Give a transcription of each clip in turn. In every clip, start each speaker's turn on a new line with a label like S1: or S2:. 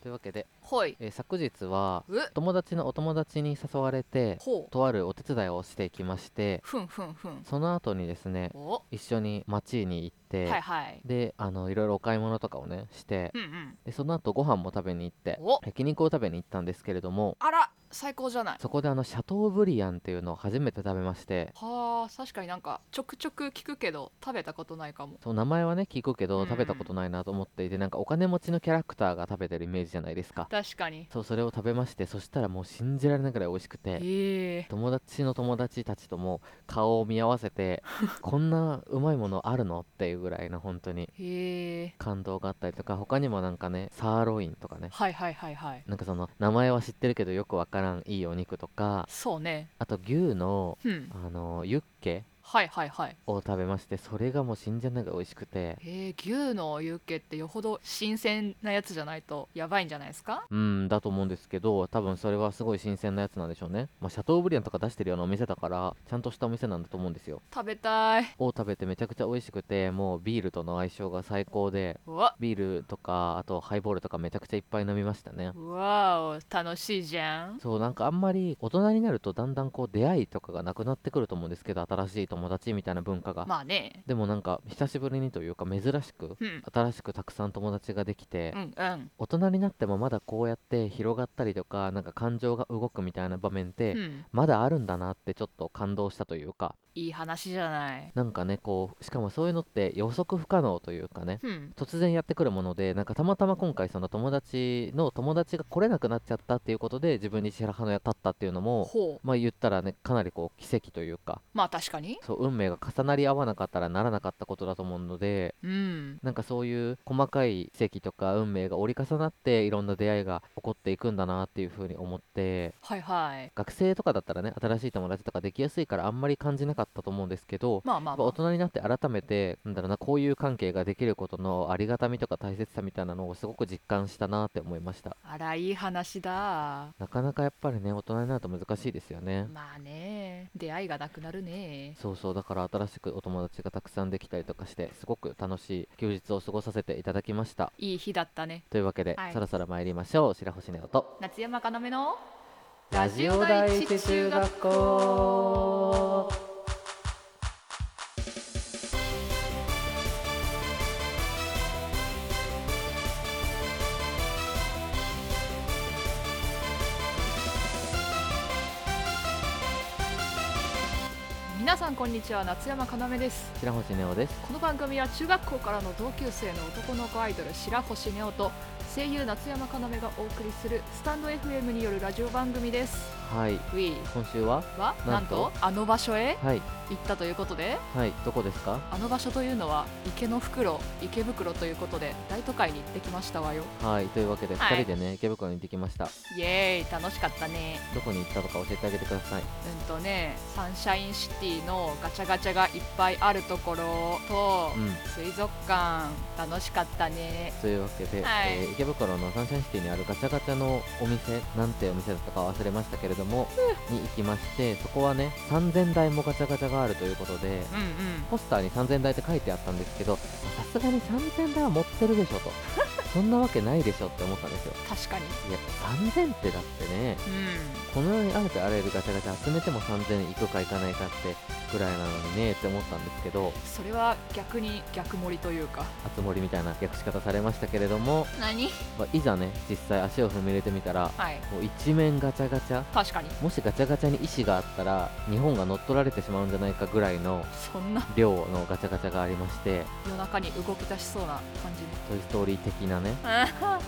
S1: というわけで、
S2: ほい
S1: えー昨日は
S2: う
S1: 友達のお友達に誘われて
S2: ほう
S1: とあるお手伝いをしてきまして
S2: ふんふんふん
S1: その後にですね
S2: お
S1: 一緒に街に行って、
S2: はいはい
S1: であのいろいろお買い物とかをねして
S2: うんうん
S1: でその後ご飯も食べに行って
S2: お
S1: 焼肉を食べに行ったんですけれども
S2: あら最高じゃない
S1: そこであのシャトーブリアンっていうのを初めて食べまして
S2: はあ確かになんかちょくちょく聞くけど食べたことないかも
S1: そう名前はね聞くけ
S2: うんう
S1: ど
S2: ん
S1: 食べたことないなと思っていてなんかお金持ちのキャラクターが食べてるイメージじゃないですか
S2: 確かに
S1: そうそれを食べましてそしたらもう信じられないくらい美味しくて
S2: ええ
S1: 友達の友達たちとも顔を見合わせてこんなうまいものあるのっていうぐらいの本当に
S2: へえ
S1: 感動があったりとか他にもなんかねサーロインとかね
S2: はいはいはいはい
S1: なんかその名前は知ってるけどよくわからんいいお肉とか
S2: そうね
S1: あと牛の
S2: うん
S1: あのユッケ
S2: はいはいはい
S1: を食べましてそれがもう信じられないが美味しくて
S2: えー、牛のユッケってよほど新鮮なやつじゃないとやばいんじゃないですか
S1: うんだと思うんですけど多分それはすごい新鮮なやつなんでしょうね、まあ、シャトーブリアンとか出してるようなお店だからちゃんとしたお店なんだと思うんですよ
S2: 食べたい
S1: を食べてめちゃくちゃ美味しくてもうビールとの相性が最高で
S2: うわ
S1: ビールとかあとハイボールとかめちゃくちゃいっぱい飲みましたね
S2: うわお楽しいじゃん
S1: そうなんかあんまり大人になるとだんだんこう出会いとかがなくなってくると思うんですけど新しい友達みたいな文化が、
S2: まあね
S1: でもなんか久しぶりにというか珍しく
S2: うん
S1: 新しくたくさん友達ができて、
S2: うんうん
S1: 大人になってもまだこうやって広がったりとかなんか感情が動くみたいな場面って、
S2: うん
S1: まだあるんだなってちょっと感動したというか
S2: いい話じゃない
S1: なんかねこうしかもそういうのって予測不可能というかね
S2: うん
S1: 突然やってくるものでなんかたまたま今回その友達の友達が来れなくなっちゃったっていうことで自分に白羽の矢立ったっていうのも
S2: ほう
S1: まあ言ったらねかなりこう奇跡というか
S2: まあ確かに
S1: そう運命が重なり合わなかったらならなかったことだと思うので
S2: うん
S1: なんかそういう細かい奇跡とか運命が折り重なっていろんな出会いが起こっていくんだなっていうふうに思って
S2: はいはい
S1: 学生とかだったらね新しい友達とかできやすいからあんまり感じなかったと思うんですけど
S2: まあ
S1: や
S2: まあ、
S1: っぱ
S2: ま
S1: 大
S2: あ、
S1: 人になって改めてなんだろうなこういう関係ができることのありがたみとか大切さみたいなのをすごく実感したなって思いました
S2: あらいい話だ
S1: なかなかやっぱりね大人になると難しいですよね
S2: まあね出会いがなくなるね
S1: そうそうだから新しくお友達がたくさんできたりとかしてすごく楽しい休日を過ごさせていただきました
S2: いい日だったね
S1: というわけで、
S2: はい
S1: そろそろ参りましょう白星ネオと
S2: 夏山かなめの
S1: ラジオ第一中学校
S2: 皆さんこんにちは夏山かなめです
S1: 白星ネオです
S2: この番組は中学校からの同級生の男の子アイドル白星ネオと声優夏山かなめがお送りするスタンド FM によるラジオ番組です
S1: はい
S2: ウィ
S1: 今週は
S2: ーはな
S1: なんん
S2: と
S1: と
S2: あの場所へ
S1: はい
S2: 行ったということで
S1: はいどこですか
S2: あの場所というのは池の袋池袋ということで大都会に行ってきましたわよ
S1: はいというわけで
S2: はい
S1: 2人でね池袋に行ってきました
S2: イエーイ楽しかったね
S1: どこに行ったとか教えてあげてください
S2: うんとねサンシャインシティのガチャガチャがいっぱいあるところと
S1: うん
S2: 水族館楽しかったね
S1: というわけで、
S2: はい
S1: えー池袋のサンシャインシティにあるガチャガチャのお店なんてお店だったか忘れましたけれども、に行きましてそこはね3000台もガチャガチャがあるということで
S2: うんうん
S1: ポスターに3000台って書いてあったんですけどさすがに3000台は持ってるでし ょとそんなわけないでしょって思ったんですよ
S2: 確かに
S1: いや3000ってだってね
S2: う
S1: この世にあるとあらゆるガチャガチャ集めても3000いくかいかないかってぐらいなのにねって思ったんですけど
S2: んそれは逆に逆盛りというか
S1: 熱盛みたいな訳し方されましたけれども、
S2: 何
S1: まあ、いざね実際足を踏み入れてみたら
S2: はい
S1: もう一面ガチャガチャ
S2: 確かに
S1: もしガチャガチャに意思があったら日本が乗っ取られてしまうんじゃないかぐらいの
S2: そんな
S1: 量のガチャガチャがありまして
S2: 夜中に動き出しそうな感じ
S1: 「トイ・ストーリー」的なね
S2: ね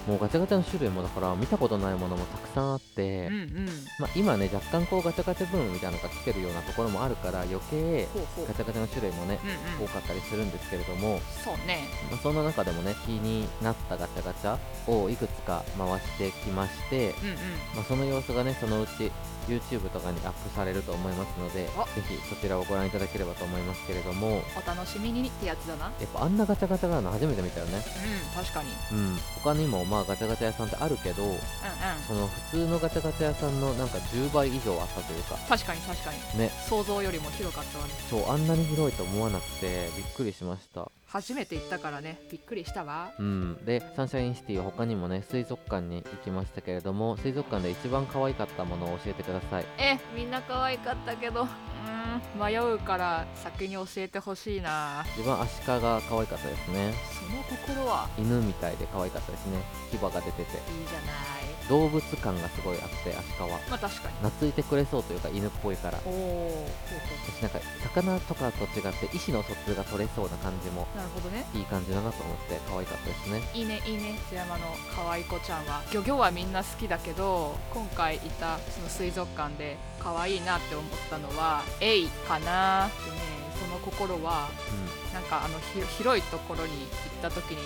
S1: もうガチャガチャの種類もだから見たことないものもたくさんあって、
S2: うんうん
S1: まあ、今ね若干こうガチャガチャブームみたいなのが来てるようなところもあるから余計
S2: ほうほう
S1: ガチャガチャの種類もね
S2: うん
S1: 多
S2: うん
S1: かったりするんですけれども、
S2: そうね
S1: まあ、そんな中でもね気になったガチャガチャをいくつか回してきまして、
S2: うんうん
S1: まあ、その様子がねそのうち YouTube とかにアップされると思いますので
S2: あ
S1: ぜひそちらをご覧いただければと思いますけれども
S2: お楽しみにってやつだなうん
S1: やっぱあんなガチャガチャがあるの初めて見たよね
S2: 確かに
S1: うんうん、他にもまあガチャガチャ屋さんってあるけどその普通のガチャガチャ屋さんのなんか10倍以上あったというか
S2: 確かに確かに、
S1: ね
S2: 想像よりも広かったわね
S1: そうあんなに広いと思わなくてびっくりしました
S2: 初めて行ったからねびっくりしたわ
S1: うんでサンシャインシティは他にもね水族館に行きましたけれども水族館で一番可愛かったものを教えてください
S2: えみんな可愛かったけどうーん迷うから先に教えてほしいな
S1: 自分アシカが可愛かったですね
S2: その心は
S1: 犬みたいで可愛かったですね牙が出てて
S2: いいじゃない
S1: 動物感がすごいあってアシカは
S2: まあ確かに
S1: 懐いてくれそうというか犬っぽいから
S2: おお
S1: 私なんか魚とかと違って意思の疎通が取れそうな感じも
S2: なるほどね
S1: いい感じだなと思って可愛かったですね
S2: いいねいいね津山の可愛い子ちゃんは漁業はみんな好きだけど今回いたその水族館で可愛いなって思ったのはエイかなってねその心はなんかあのひ広いところに行った時に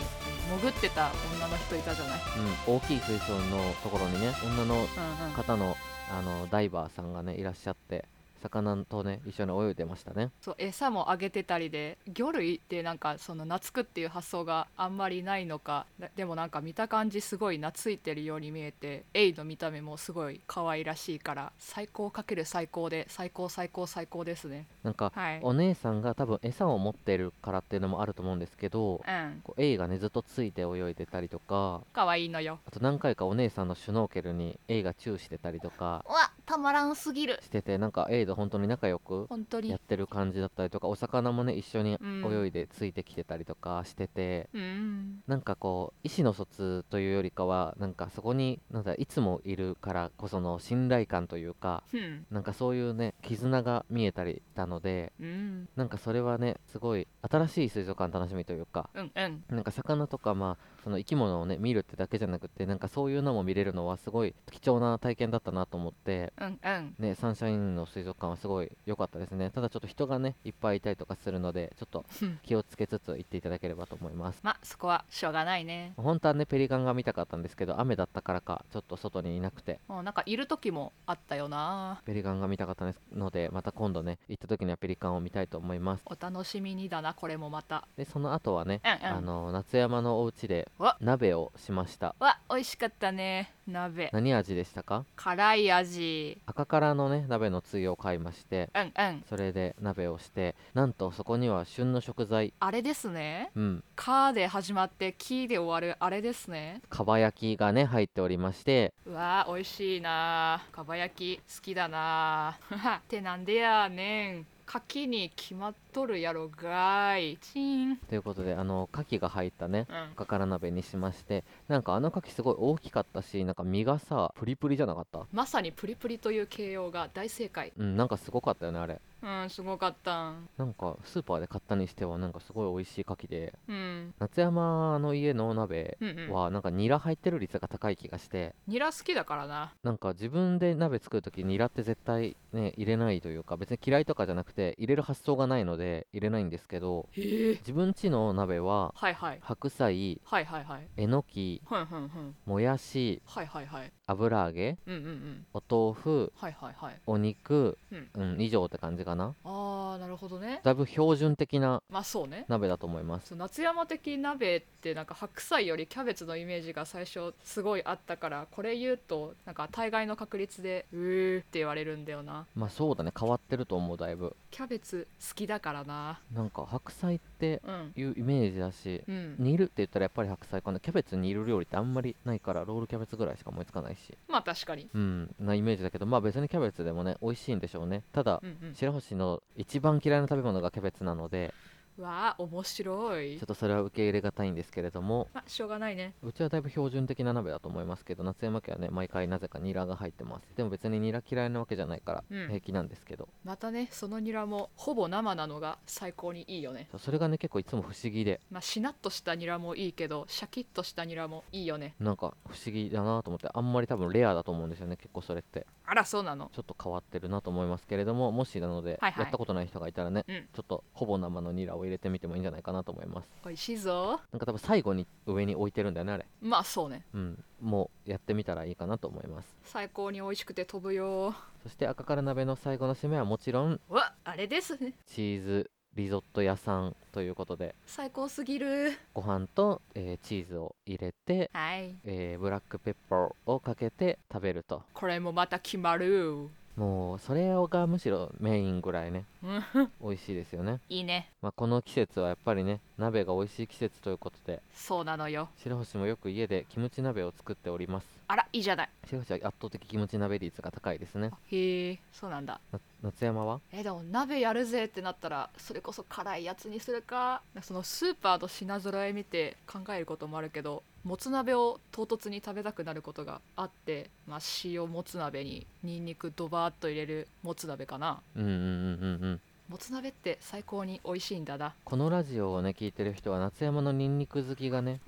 S2: 潜ってた女の人いたじゃない
S1: うん、うん、大きい水槽のところにね女の
S2: うんうん
S1: 方のあのダイバーさんがねいらっしゃって魚とね一緒に泳いでましたね
S2: そう餌もあげてたりで魚類ってなんかその懐くっていう発想があんまりないのかだでもなんか見た感じすごい懐いてるように見えてエイの見た目もすごい可愛らしいから最高かける最高で最高最高最高ですね
S1: なんか
S2: はい
S1: お姉さんが多分餌を持ってるからっていうのもあると思うんですけど
S2: うん
S1: こうエイがねずっとついて泳いでたりとか
S2: 可愛いのよ
S1: あと何回かお姉さんのシュノーケルにエイがチューしてたりとか
S2: わたまらんすぎる
S1: しててなんかエイと本当に仲良く
S2: 本当
S1: や
S2: に
S1: ってる感じだったりとかお魚もね一緒に
S2: うん
S1: 泳いでついてきてたりとかしてて、
S2: うん
S1: なんかこう意思の疎通というよりかはなんかそこになんだいつもいるからこその信頼感というか
S2: うん
S1: なんかそういうね絆が見えたりしたので
S2: うん
S1: なんかそれはねすごい新しい水族館の楽しみというか
S2: うんうん
S1: なんか魚とかまあその生き物をね見るってだけじゃなくてなんかそういうのも見れるのはすごい貴重な体験だったなと思って
S2: うんうん
S1: ね、サンシャインの水族館はすごい良かったですね。ただちょっと人がね、いっぱいいたりとかするので、ちょっと
S2: うん
S1: 気をつけつつ行っていただければと思います。
S2: まあそこはしょうがないね
S1: 本当はね、ペリカンが見たかったんですけど、雨だったからか、ちょっと外にいなくて、
S2: もうなんかいる時もあったよな
S1: ペリカンが見たかったので、また今度ね、行った時にはペリカンを見たいと思います。
S2: お楽しみにだなこれもまた
S1: で、その後はね、
S2: うんうん
S1: あの、夏山のお家で
S2: わ
S1: 鍋をしました。
S2: わ美味しかったね鍋
S1: 何味でしたか
S2: 辛い味
S1: 赤からのね、鍋のつゆを買いまして、
S2: うんうん
S1: それで鍋をして、なんとそこには旬の食材、
S2: あれですね
S1: うん、
S2: 「か」で始まって「き」で終わるあれですね
S1: かば焼きがね入っておりまして
S2: うわ美味しいなかば焼き好きだなってなんでやねんかきに決まっとるやろがいチン
S1: ということであの牡蠣が入ったね
S2: うん
S1: かから鍋にしましてなんかあの牡蠣すごい大きかったしなんか身がさプリプリじゃなかった
S2: まさにプリプリという形容が大正解
S1: うんなんかすごかったよねあれ
S2: うんすごかった
S1: なんかスーパーで買ったにしてはなんかすごい美味しい牡蠣で
S2: うん
S1: 夏山の家のお鍋
S2: うんうん
S1: はなんかニラ入ってる率が高い気がして
S2: ニラ好きだからな
S1: なんか自分で鍋作る時ニラって絶対ね入れないというか別に嫌いとかじゃなくて入れる発想がないので入れないんですけど
S2: へえ
S1: 自分家の鍋は
S2: はいはい
S1: 白菜
S2: はいはいはい
S1: えのき
S2: ふんふんふん
S1: もやし
S2: はいはいはい
S1: 油揚げ
S2: うんうんうん
S1: お豆腐
S2: はいはいはい
S1: お肉、
S2: うん
S1: うん、以上って感じかな
S2: あーなるほどね
S1: だいぶ標準的な
S2: まあそうね
S1: 鍋だと思います
S2: そう夏山的鍋ってなんか白菜よりキャベツのイメージが最初すごいあったからこれ言うとなんか大概の確率で「うー」って言われるんだよな
S1: まあそうだね変わってると思うだいぶ
S2: キャベツ好きだからな
S1: なんか白菜って
S2: うん
S1: いうイメージだし
S2: うん
S1: 煮るって言ったらやっぱり白菜かなキャベツ煮る料理ってあんまりないからロールキャベツぐらいしか思いつかないし
S2: まあ確かに
S1: うんなイメージだけどまあ別にキャベツでもね美味しいんでしょうねただ
S2: うんうん
S1: 白星の一番嫌いな食べ物がキャベツなので
S2: うわあ面白
S1: ちょ
S2: い
S1: っとそれは受け入れがたいんですけれども
S2: まあしょうがないね
S1: うちはだいぶ標準的な鍋だと思いますけど夏山家はね毎回なぜかニラが入ってますでも別にニラ嫌いなわけじゃないから
S2: うん
S1: 平気なんですけど、
S2: またねそのニラもほぼ生なのが最高にいいよね
S1: そうそれがね結構いつも不思議で
S2: まあしなっとしたニラもいいけどシャキッとしたニラもいいよね
S1: なんか不思議だなと思ってあんまり多分レアだと思うんですよね結構それって
S2: あらそうなの
S1: ちょっと変わってるなと思いますけれどももしなので、
S2: はいはい
S1: やったことない人がいたらね、
S2: うん
S1: ちょっとほぼ生のニラを入れてみてもいいんじゃないかなと思います
S2: 美味しいぞ
S1: なんか多分最後に上に置いてるんだよねあれ
S2: まあそうね
S1: うんもうやってみたらいいかなと思います
S2: 最高に美味しくて飛ぶよ
S1: そして赤から鍋の最後の締めはもちろん
S2: うわあれですね
S1: チーズリゾット屋さんということで
S3: 最高すぎる
S1: ご飯と、えーチーズを入れて、
S2: はい
S1: えーブラックペッパーをかけて食べると
S2: これもまた決まる
S1: もうそれがむしろメインぐらいね
S2: うん
S1: 美味しいですよね、
S2: いいね
S1: まあ、この季節はやっぱりね鍋が美味しい季節ということで
S2: そうなのよ
S1: 白星もよく家でキムチ鍋を作っております
S2: あらいいじゃない
S1: 白星は圧倒的キムチ鍋率が高いですね
S2: あへえそうなんだ
S1: な夏山は
S2: えでも鍋やるぜってなったらそれこそ辛いやつにするかそのスーパーの品揃え見て考えることもあるけどもつ鍋を唐突に食べたくなることがあって、まあ、塩もつ鍋にニンニクドバーッと入れるもつ鍋かな
S1: うんうんうんうんうん
S2: もつ鍋って最高に美味しいんだな
S1: このラジオをね聞いてる人は夏山のニンニク好きがね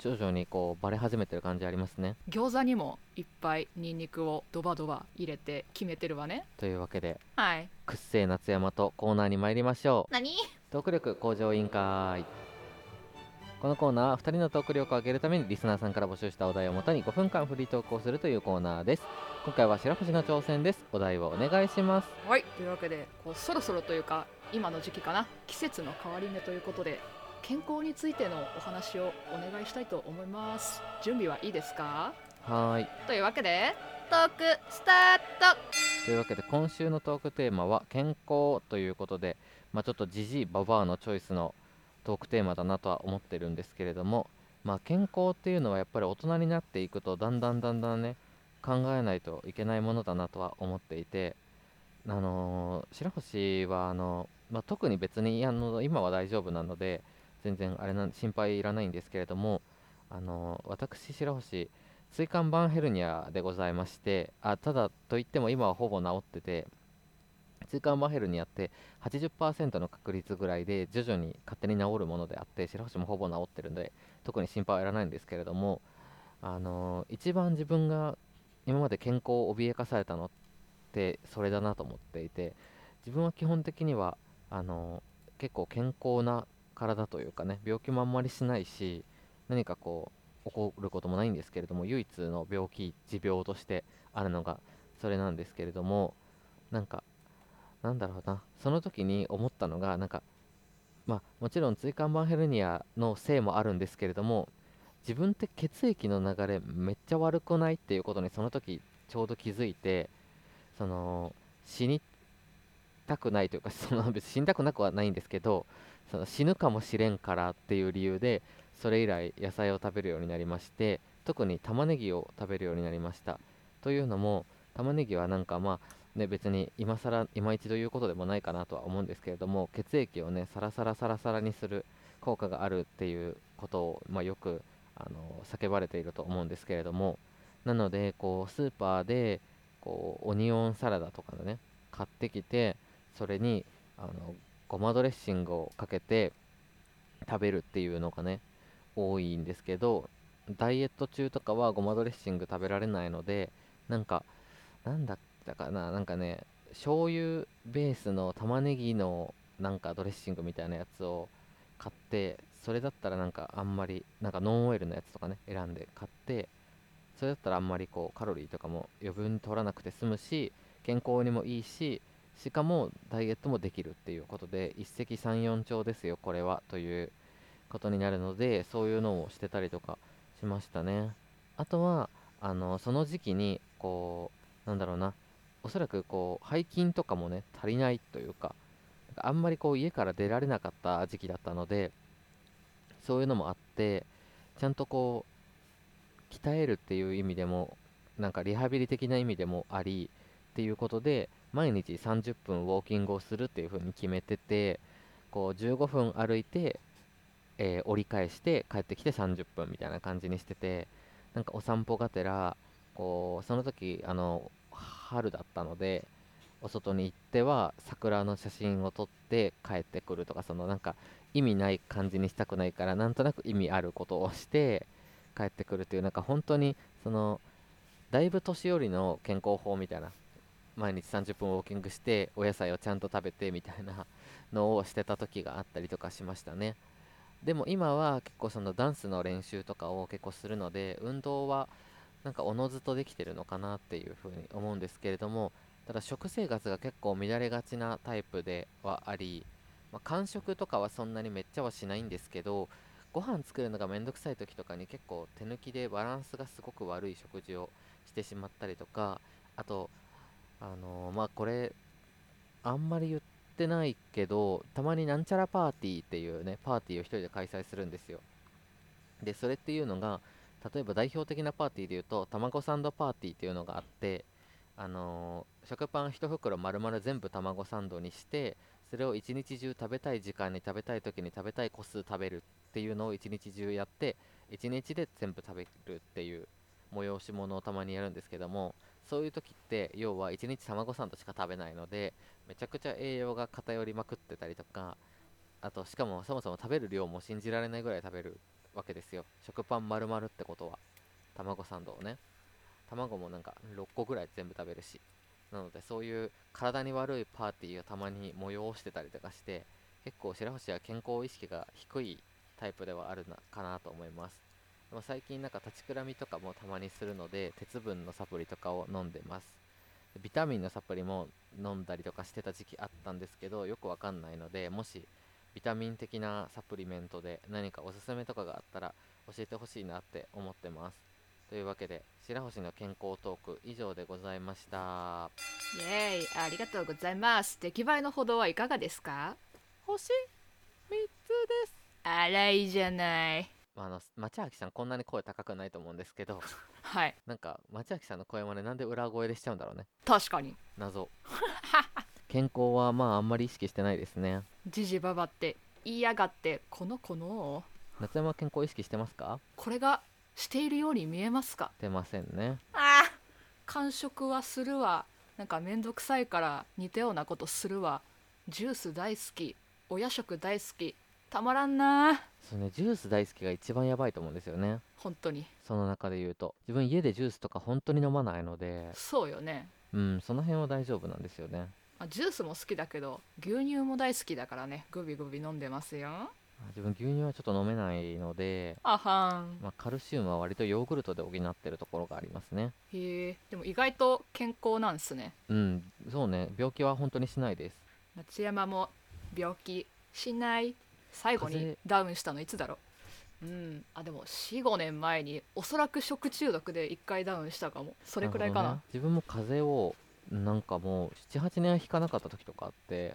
S1: 徐々にこうバレ始めてる感じありますね
S2: 餃子にもいっぱいニンニクをドバドバ入れて決めてるわね
S1: というわけで
S2: はい
S1: くっせえ夏山とコーナーに参りましょう
S3: 何
S1: トーク力向上委員会このコーナーは2人のトーク力を上げるためにリスナーさんから募集したお題をもとに5分間フリートークをするというコーナーです今回は白星の挑戦ですお題をお願いします
S2: はいというわけでこうそろそろというか今の時期かな季節の変わり目ということで健康についてのお話をお願いしたいと思います準備はいいですか
S1: はーい
S2: というわけで
S3: トークスタート
S1: というわけで今週のトークテーマは健康ということで、まあ、ちょっとジジイババアのチョイスのトークテーマだなとは思ってるんですけれども、まあ、健康っていうのはやっぱり大人になっていくとだんだんだんだんね考えないといけないものだなとは思っていて、あのー白星はあの、まあ、特に別にあの今は大丈夫なので全然あれなん心配いらないんですけれども、あのー私白星椎間板ヘルニアでございましてあただといっても今はほぼ治ってて椎間板ヘルニアって80%の確率ぐらいで徐々に勝手に治るものであって白星もほぼ治ってるんで特に心配はいらないんですけれどもあのー一番自分が今まで健康を脅かされたのってそれだなと思っていて自分は基本的にはあのー結構健康な体というかね病気もあんまりしないし何かこう起こることもないんですけれども唯一の病気持病としてあるのがそれなんですけれどもなんかなんだろうなその時に思ったのがなんかまあもちろん椎間板ヘルニアのせいもあるんですけれども自分って血液の流れめっちゃ悪くないっていうことにその時ちょうど気づいてその死にたくないというかその別に死にたくなくはないんですけどその死ぬかもしれんからっていう理由でそれ以来野菜を食べるようになりまして特に玉ねぎを食べるようになりましたというのも玉ねぎはなんかまあね別に今更今一度言うことでもないかなとは思うんですけれども血液をねサラサラサラサラにする効果があるっていうことを、まあ、よくあの叫ばれていると思うんですけれどもなのでこうスーパーでこうオニオンサラダとかのね買ってきてそれにあのごまドレッシングをかけて食べるっていうのがね多いんですけどダイエット中とかはごまドレッシング食べられないのでなんかなんだったかななんかね醤油ベースの玉ねぎのなんかドレッシングみたいなやつを買ってそれだったらなんかあんまりなんかノンオイルのやつとかね選んで買ってそれだったらあんまりこうカロリーとかも余分に取らなくて済むし健康にもいいししかもダイエットもできるっていうことで一石三鳥鳥ですよこれはということになるのでそういうのをしてたりとかしましたねあとはあのその時期にこうなんだろうなおそらくこう背筋とかもね足りないというかあんまりこう家から出られなかった時期だったのでそういうのもあってちゃんとこう鍛えるっていう意味でもなんかリハビリ的な意味でもありっていうことで毎日30分ウォーキングをするっていう風に決めててこう15分歩いてえー折り返して帰ってきて30分みたいな感じにしててなんかお散歩がてらこうその時あの春だったのでお外に行っては桜の写真を撮って帰ってくるとかそのなんか意味ない感じにしたくないからなんとなく意味あることをして帰ってくるというなんか本当にそのだいぶ年寄りの健康法みたいな毎日30分ウォーキングしてお野菜をちゃんと食べてみたいなのをしてた時があったりとかしましたね。でも今は結構そのダンスの練習とかを結構するので運動はなんかおのずとできてるのかなっていうふうに思うんですけれどもただ食生活が結構乱れがちなタイプではありまあ、間食とかはそんなにめっちゃはしないんですけどご飯作るのがめんどくさい時とかに結構手抜きでバランスがすごく悪い食事をしてしまったりとかあとあのーまあこれあんまり言ってないけどたまになんちゃらパーティーっていうねパーティーを一人で開催するんですよでそれっていうのが例えば代表的なパーティーでいうとたまごサンドパーティーっていうのがあってあのー食パン1袋丸々全部卵サンドにしてそれを一日中食べたい時間に食べたい時に食べたい個数食べるっていうのを一日中やって一日で全部食べるっていう催し物をたまにやるんですけどもそういう時って要は一日卵サンドしか食べないのでめちゃくちゃ栄養が偏りまくってたりとかあとしかもそもそも食べる量も信じられないぐらい食べるわけですよ食パン丸々ってことは卵サンドをね卵もなんか6個ぐらい全部食べるしなのでそういう体に悪いパーティーをたまに催してたりとかして結構白星は健康意識が低いタイプではあるなかなと思いますでも最近なんか立ちくらみとかもたまにするので鉄分のサプリとかを飲んでますビタミンのサプリも飲んだりとかしてた時期あったんですけどよくわかんないのでもしビタミン的なサプリメントで何かおすすめとかがあったら教えてほしいなって思ってますというわけで白星の健康トーク以上でございました
S2: イエーイありがとうございます出来栄えのほどはいかがですか
S1: 星3つです
S2: あらいいじゃない
S1: あの町明さんこんなに声高くないと思うんですけど
S2: はい
S1: なんか町明さんの声真似なんで裏声でしちゃうんだろうね
S2: 確かに
S1: 謎健康はまああんまり意識してないですね
S2: ジジババって言いやがってこの子の
S1: 夏山は健康意識してますか
S2: これがしているように見えますか
S1: してませんね
S2: ああ完食はするわなんかめんどくさいから似たようなことするわジュース大好きお夜食大好きたまらんな
S1: そうねジュース大好きが一番やばいと思うんですよね
S2: 本当に
S1: その中で言うと自分家でジュースとか本当に飲まないので
S2: そうよね
S1: うんその辺は大丈夫なんですよね
S2: あジュースも好きだけど牛乳も大好きだからねグビグビ飲んでますよ
S1: あ自分牛乳はちょっと飲めないので
S2: あはん
S1: まあ、カルシウムは割とヨーグルトで補ってるところがありますね
S2: へえでも意外と健康なんですね
S1: うんそうね病気は本当にしないです
S2: 夏山も病気しない最後
S1: 風
S2: に
S1: 邪
S2: ダウンしたのいつだろううんあでも45年前におそらく食中毒で1回ダウンしたかもそれくらいかな
S1: るほどね自分も風邪をなんかもう78年引かなかった時とかあって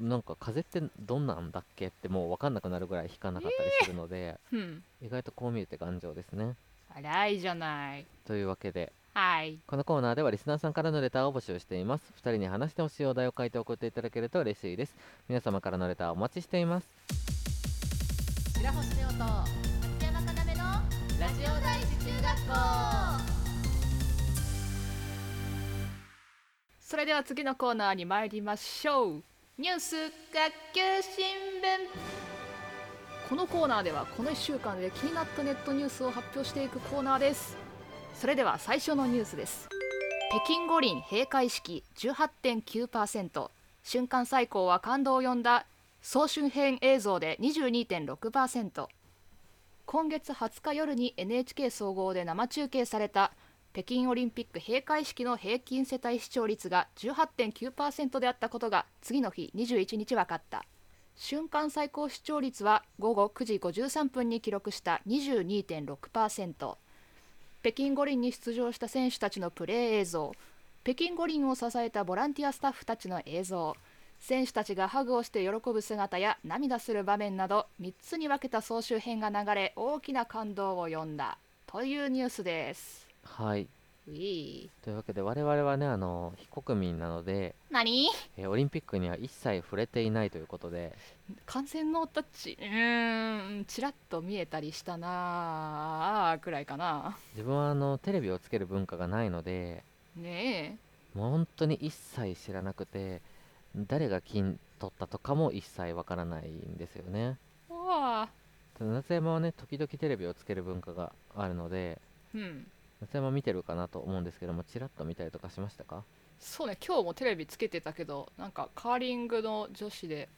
S1: なんか風邪ってどんなんだっけってもう分かんなくなるぐらい引かなかったりするので、
S2: うんうん
S1: 意外とこう見えて頑丈ですね
S2: あらいいじゃない
S1: というわけで
S2: はい
S1: このコーナーではリスナーさんからのレターを募集しています2人に話してほしいお題を書いて送っていただけると嬉しいです皆様からのレターお待ちしています
S3: 白星亮と松山かなめのラジオ第一中学校
S2: それでは次のコーナーに参りましょうニュース学級新聞このコーナーではこの1週間で気になったネットニュースを発表していくコーナーですそれでは最初のニュースです北京五輪閉会式18.9%瞬間最高は感動を呼んだ総集編映像で22.6%今月20日夜に NHK 総合で生中継された北京オリンピック閉会式の平均世帯視聴率が18.9%であったことが次の日21日分かった瞬間最高視聴率は午後9時53分に記録した22.6%北京五輪に出場した選手たちのプレー映像北京五輪を支えたボランティアスタッフたちの映像選手たちがハグをして喜ぶ姿や涙する場面など3つに分けた総集編が流れ大きな感動を呼んだというニュースです。
S1: はい
S2: ウィー
S1: というわけで我々はねあの非国民なので、
S3: 何
S1: えーオリンピックには一切触れていないということで
S2: 感染のタッチうーんちらっと見えたりしたなあくらいかな
S1: 自分はあのテレビをつける文化がないので
S2: ね
S1: もう本当に一切知らなくて誰が金取ったとかも一切わからないんですよね
S2: えわあ
S1: ただ夏山はね時々テレビをつける文化があるので
S2: うん
S1: 夏山見てるかなと思うんですけどもちらっと見たりとかしましたか
S2: そうね今日もテレビつけてたけどなんかカーリングの女子で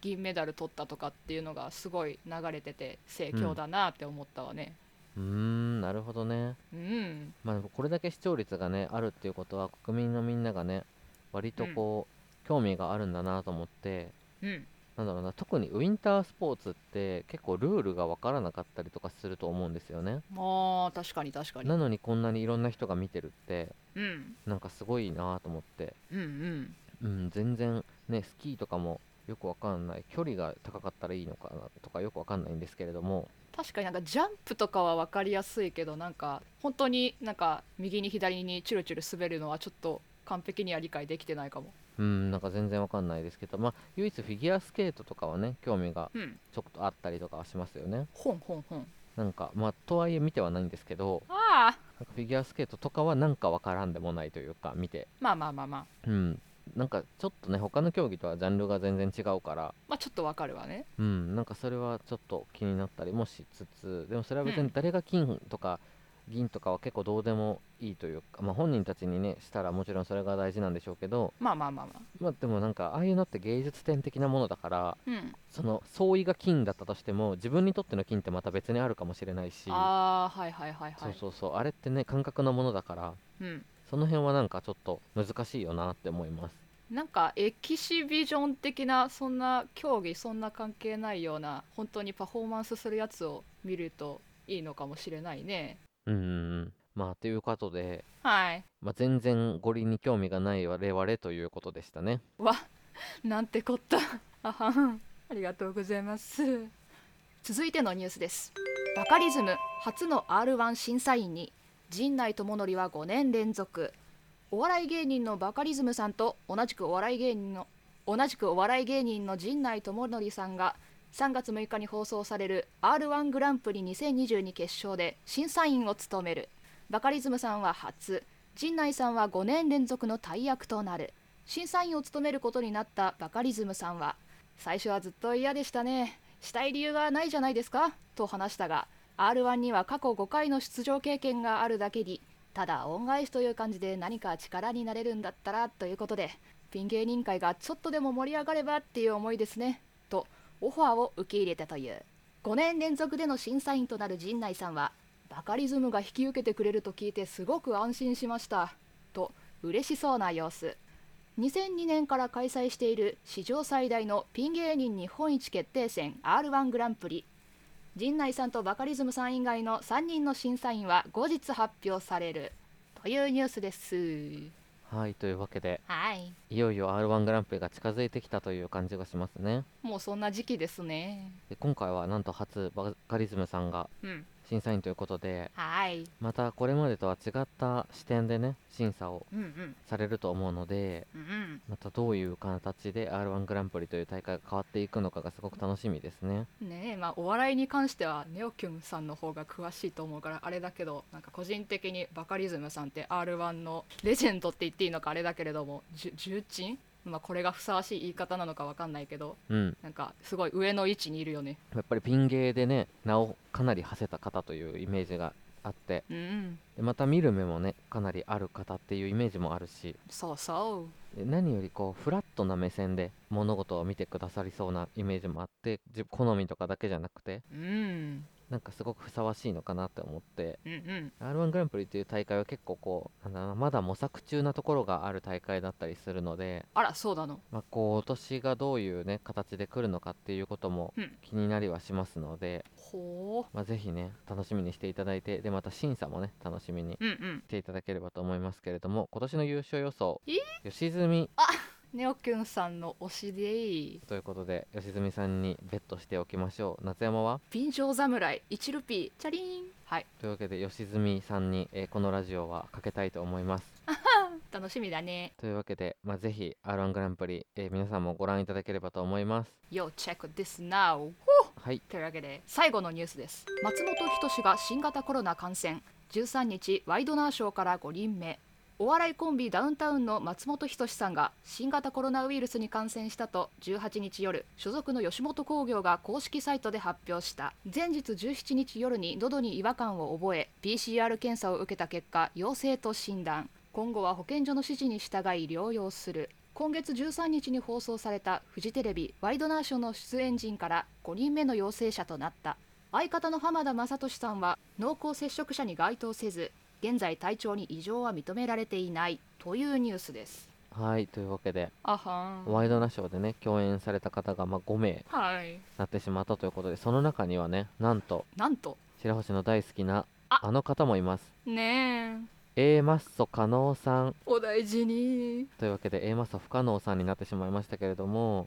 S2: 銀メダル取ったとかっていうのがすごい流れてて盛況だなって思ったわね
S1: うーんなるほどね
S2: うん、
S1: まあでもこれだけ視聴率がねあるっていうことは国民のみんながね割とこう、興味があるんだなと思って
S2: うん
S1: なんだろうな特にウィンタースポーツって結構ルールが分からなかったりとかすると思うんですよね
S2: あー確かに確かに
S1: なのにこんなにいろんな人が見てるって
S2: うん
S1: なんかすごいなと思って、
S2: うんうん
S1: うん、全然ねスキーとかもよく分かんない距離が高かったらいいのかなとかよく分かんないんですけれども
S2: 確かになんかジャンプとかは分かりやすいけどなんか本当になんか右に左にチュルチュル滑るのはちょっと完璧には理解できてないかも
S1: うんなんか全然分かんないですけどまあ唯一フィギュアスケートとかはね興味が
S2: うん
S1: ちょっとあったりとかはしますよね
S2: ほんほんほん
S1: なんかまあとはいえ見てはないんですけどな
S2: ああ
S1: んかフィギュアスケートとかはなんか分からんでもないというか見て
S2: まあまあまあまあ
S1: うん、なんかちょっとね他の競技とはジャンルが全然違うから、
S2: まあちょっと分かるわね
S1: うん、なんかそれはちょっと気になったりもしつつでもそれは別
S2: う
S1: に
S2: ん
S1: 誰が金とか銀とかは結構どうでもいいというか、まあ、本人たちにねしたらもちろんそれが大事なんでしょうけど、
S2: まあまあまあまあ
S1: まあ、でもなんかああいうのって芸術点的なものだから
S2: うん
S1: その相違が金だったとしても自分にとっての金ってまた別にあるかもしれないし
S2: ああはいはいはいはい
S1: そうそうそうあれってね感覚のものだから
S2: うん
S1: その辺はなんかちょっと難しいよなって思います。
S2: なんかエキシビジョン的なそんな競技そんな関係ないような本当にパフォーマンスするやつを見るといいのかもしれないね
S1: うんうんうんまあということで
S2: はい
S1: まあ、全然五輪に興味がない我々ということでしたね。
S2: わなんてこったあはんありがとうございます続いてのニュースですバカリズム初の R1 審査員に陣内智則は5年連続お笑い芸人のバカリズムさんと同じくお笑い芸人の同じくお笑い芸人の陣内智則さんが3月6日に放送される R1 グランプリ2022決勝で審査員を務めるバカリズムさんは初陣内さんは5年連続の大役となる審査員を務めることになったバカリズムさんは最初はずっと嫌でしたねしたい理由がないじゃないですかと話したが r 1には過去5回の出場経験があるだけにただ恩返しという感じで何か力になれるんだったらということでピン芸人会がちょっとでも盛り上がればっていう思いですねとオファーを受け入れたという5年連続での審査員となる陣内さんはバカリズムが引き受けてくれると聞いてすごく安心しましたと嬉しそうな様子2002年から開催している史上最大のピン芸人日本一決定戦 r 1グランプリ陣内さんとバカリズムさん以外の3人の審査員は後日発表されるというニュースです
S1: はいというわけで
S2: はい
S1: いよいよ r 1グランプリが近づいてきたという感じがしますね。
S2: もうそんな時期ですね
S1: で今回はなんと初バカリズムさんが
S2: うん
S1: 審査員ということで
S2: はい
S1: またこれまでとは違った視点でね審査を
S2: うんうん
S1: されると思うので
S2: うんうん
S1: またどういう形で r 1グランプリという大会が変わっていくのかがすごく楽しみですね。
S2: ねえまあお笑いに関してはネオキュンさんの方が詳しいと思うからあれだけどなんか個人的にバカリズムさんって r 1のレジェンドって言っていいのかあれだけれどもじゅ重鎮、まあ、これがふさわしい言い方なのかわかんないけど
S1: うん、
S2: なんかすごい上の位置にいるよね
S1: やっぱりピン芸でね名をかなり馳せた方というイメージがあって
S2: うんうん
S1: でまた見る目もねかなりある方っていうイメージもあるし
S2: そうそ
S1: で何よりこうフラットな目線で物事を見てくださりそうなイメージもあって自好みとかだけじゃなくて
S2: ううん
S1: なんかすごくふさわしいのかなって思って
S2: うんうん
S1: r 1グランプリという大会は結構こうなんだろうなまだ模索中なところがある大会だったりするので、
S2: あらそうなの
S1: まあ、こう今年がどういうね形で来るのかっていうことも
S2: うん
S1: 気になりはしますので、
S2: ほ
S1: まあ、ぜひね楽しみにしていただいてでまた審査もね楽しみに
S2: ううんうん
S1: していただければと思いますけれども今年の優勝予想
S2: え
S1: 吉住
S2: ネオキュンさんの推しでいい
S1: ということで吉住さんにベットしておきましょう夏山は
S2: 便乗侍1ルピーチャリーンはい
S1: というわけで吉住さんに、えーこのラジオはかけたいと思います
S2: 楽しみだね
S1: というわけで、まあ、ぜひ r 1グランプリ、えー皆さんもご覧いただければと思います
S2: Yo check this now
S1: はい
S2: というわけで最後のニュースです松本人志が新型コロナ感染13日ワイドナー賞から5人目お笑いコンビダウンタウンの松本人志さんが新型コロナウイルスに感染したと18日夜所属の吉本興業が公式サイトで発表した前日17日夜に喉に違和感を覚え PCR 検査を受けた結果陽性と診断今後は保健所の指示に従い療養する今月13日に放送されたフジテレビ「ワイドナーショー」の出演陣から5人目の陽性者となった相方の浜田雅俊さんは濃厚接触者に該当せず現在体調に異常は認められていないというニュースです
S1: はいというわけで
S2: あはん
S1: ワイドナショーでね共演された方がまあ5名
S2: はい
S1: なってしまったということでその中にはねなんと
S2: なんと
S1: 白星の大好きな
S2: あ
S1: あの方もいます
S2: ねえ
S1: A マッソ加納さん
S2: お大事に
S1: というわけで A マッソ不可能さんになってしまいましたけれども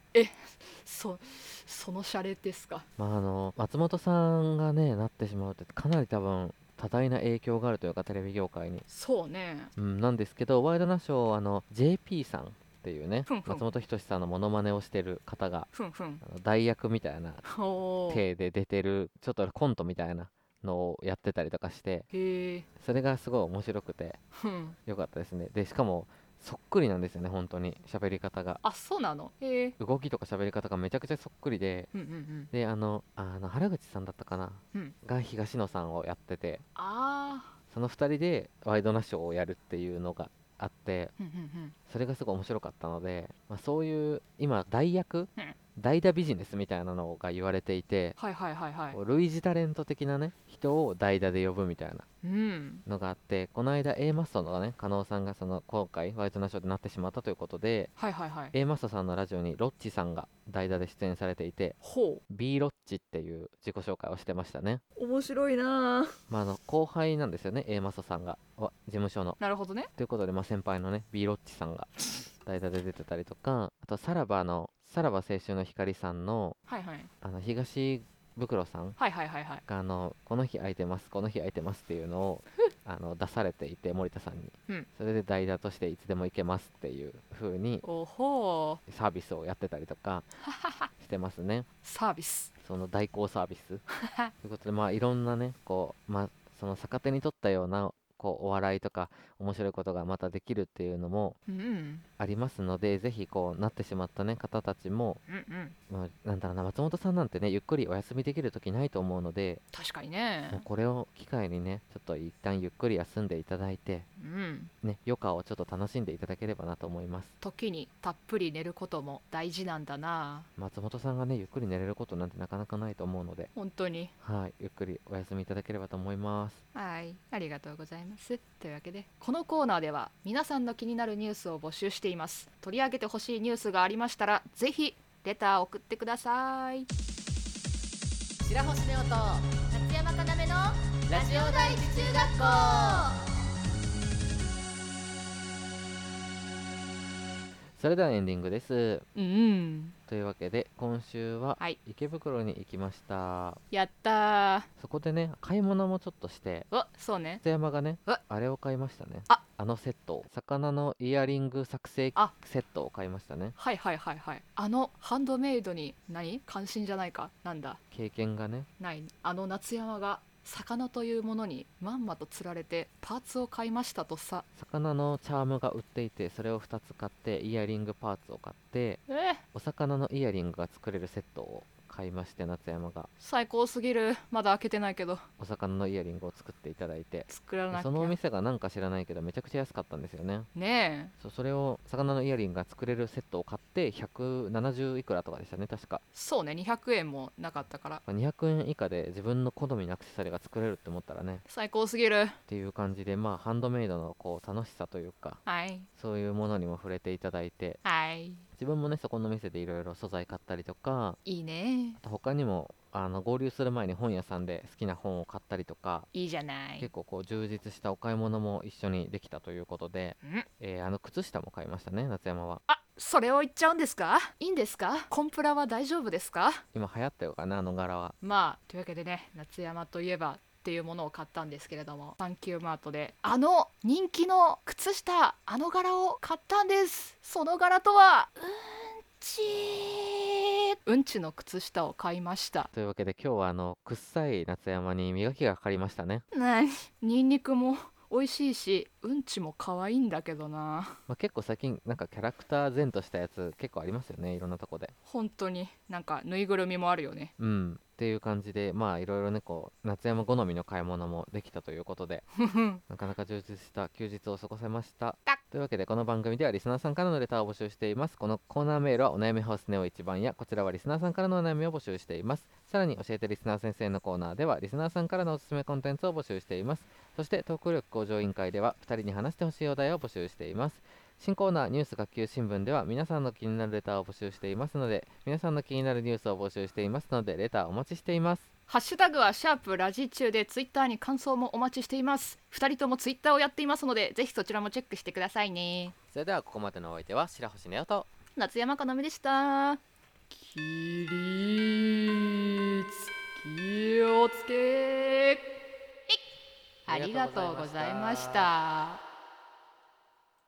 S2: そそのシャレですか
S1: まああの松本さんがねなってしまうってかなり多分多大な影響があるというかテレビ業界に、
S2: そうね
S1: うん、なんですけどワイドナショーあの JP さんっていうね
S2: ふんふん
S1: 松本人志さんのモノマネをしてる方が
S2: ふんふん
S1: あの代役みたいな
S2: おー
S1: 体で出てるちょっとコントみたいなのをやってたりとかして
S2: へえ
S1: それがすごい面白くて
S2: ふん
S1: よかったですねでしかもそっくりなんですよね本当に喋り方が
S2: あそうなのへえ
S1: 動きとか喋り方がめちゃくちゃそっくりで
S2: うんうんうん
S1: であのあの原口さんだったかな、
S2: うん
S1: が東野さんをやってて
S2: あ
S1: その2人でワイドナショーをやるっていうのがあって
S2: ーうんうん
S1: それがすごい面白かったので、まあ、そういう今代役、
S2: うん
S1: 代打ビジネスみたいなのが言われていて
S2: はいはいはいはい
S1: こう類似タレント的なね人を代打で呼ぶみたいな
S2: うん
S1: のがあってこの間 A マストのね加納さんがその今回ワイドナショーでなってしまったということで
S2: はいはいはい
S1: A マストさんのラジオにロッチさんが代打で出演されていて
S2: ほ
S1: B ロッチっていう自己紹介をしてましたね、
S2: う面白いなー
S1: まあ、あの後輩なんですよね A マストさんがわ事務所の
S2: なるほどね
S1: ということで、まあ、先輩のね B ロッチさんが代打で出てたりとかあとさらばのさらば青春の光さんの
S2: はいはい
S1: あの東袋さん
S2: はいはいはいはい
S1: があのこの日空いてますこの日空いてますっていうの をあの出されていて森田さんに、
S2: うん
S1: それで代打としていつでも行けますっていう風に
S2: おほう
S1: サービスをやってたりとかしてますね
S2: サービス
S1: その代行サービスということでまあいろんなねこう、まあ、その逆手に取ったようなこうお笑いとか面白いことがまたできるっていうのも
S2: うんうん
S1: ありますのでぜひこうなってしまった、ね、方たちも、
S2: うんうん
S1: まあ、なんだろうな松本さんなんてねゆっくりお休みできる時ないと思うので
S2: 確かに
S1: もう
S2: ね
S1: これを機会にねちょっと一旦ゆっくり休んでいただいて
S2: うん
S1: ね余暇をちょっと楽しんでいただければなと思います
S2: 時にたっぷり寝ることも大事なんだな
S1: 松本さんがねゆっくり寝れることなんてなかなかないと思うので
S2: 本当に
S1: はいゆっくりお休みいただければと思います
S2: はいありがとうございますというわけでこのコーナーでは皆さんの気になるニュースを募集しています取り上げてほしいニュースがありましたらぜひレターを送ってください
S3: 白星ネオと立山かなめのラジオ第一中学校
S1: それではエンディングです
S2: うん
S1: というわけで今週は
S2: はい
S1: 池袋に行きました
S2: やったー
S1: そこでね買い物もちょっとして
S2: おそうね
S1: 松山がね
S2: え
S1: あれを買いましたね
S2: あ
S1: のセットを魚のイヤリング作成
S2: あ
S1: セットを買いましたね
S2: はいはいはいはいあのハンドメイドに何関心じゃないかなんだ
S1: 経験がね
S2: ないあの夏山が魚というものにまんまと釣られてパーツを買いましたとさ
S1: 魚のチャームが売っていてそれを2つ買ってイヤリングパーツを買って
S2: えー
S1: お魚のイヤリングが作れるセットを買いまして夏山が
S2: 最高すぎるまだ開けてないけど
S1: お魚のイヤリングを作っていただいて
S2: 作らな
S1: で
S2: きゃ
S1: そのお店がなんか知らないけどめちゃくちゃ安かったんですよね
S2: ねえ
S1: そうそれを魚のイヤリングが作れるセットを買って170いくらとかでしたね確か
S2: そうね200円もなかったから
S1: 200円以下で自分の好みのアクセサリーが作れるって思ったらね
S2: 最高すぎる
S1: っていう感じでまあハンドメイドのこう楽しさというか
S2: はい
S1: そういうものにも触れていただいて
S2: はい
S1: 自分もねそこの店でいろいろ素材買ったりとか
S2: いいね
S1: あと他にもあの合流する前に本屋さんで好きな本を買ったりとか
S2: いいじゃない
S1: 結構こう充実したお買い物も一緒にできたということで、
S2: うん
S1: えーあの靴下も買いましたね夏山は
S2: あそれを言っちゃうんですかいいんですかコンプラは大丈夫ですか
S1: 今流行ったよかなあの柄は
S2: まあというわけでね夏山といえばっていうものを買ったんですけれどもサンキューマートであの人気の靴下あの柄を買ったんですその柄とはうんちうんちの靴下を買いました
S1: というわけで今日はあのくっさい夏山に磨きがかかりましたね、
S2: なにニンニクも美味しいしうんちも可愛いんだけどな
S1: まあ、結構最近なんかキャラクター前としたやつ結構ありますよねいろんなとこで
S2: 本当になんかぬいぐるみもあるよ ね
S1: うんっていう感じでまあいろいろねこう夏山好みの買い物もできたということで
S2: ふふん
S1: なかなか充実した休日を過ごせました
S2: だ
S1: というわけでこの番組ではリスナーさんからのレターを募集していますこのコーナーメールはお悩みハウスネオ一番やこちらはリスナーさんからのお悩みを募集していますさらに教えてリスナー先生のコーナーではリスナーさんからのおすすめコンテンツを募集していますそしてトーク力向上委員会では2人に話してほしいお題を募集しています新コーナーニュース学級新聞では皆さんの気になるレターを募集していますので皆さんの気になるニュースを募集していますのでレターお待ちしています
S2: ハッシュタグはシャープラジ中でツイッターに感想もお待ちしています二人ともツイッターをやっていますのでぜひそちらもチェックしてくださいね
S1: それではここまでのお相手は白星ねおと
S2: 夏山かなめでした起立気をつけありがとうございました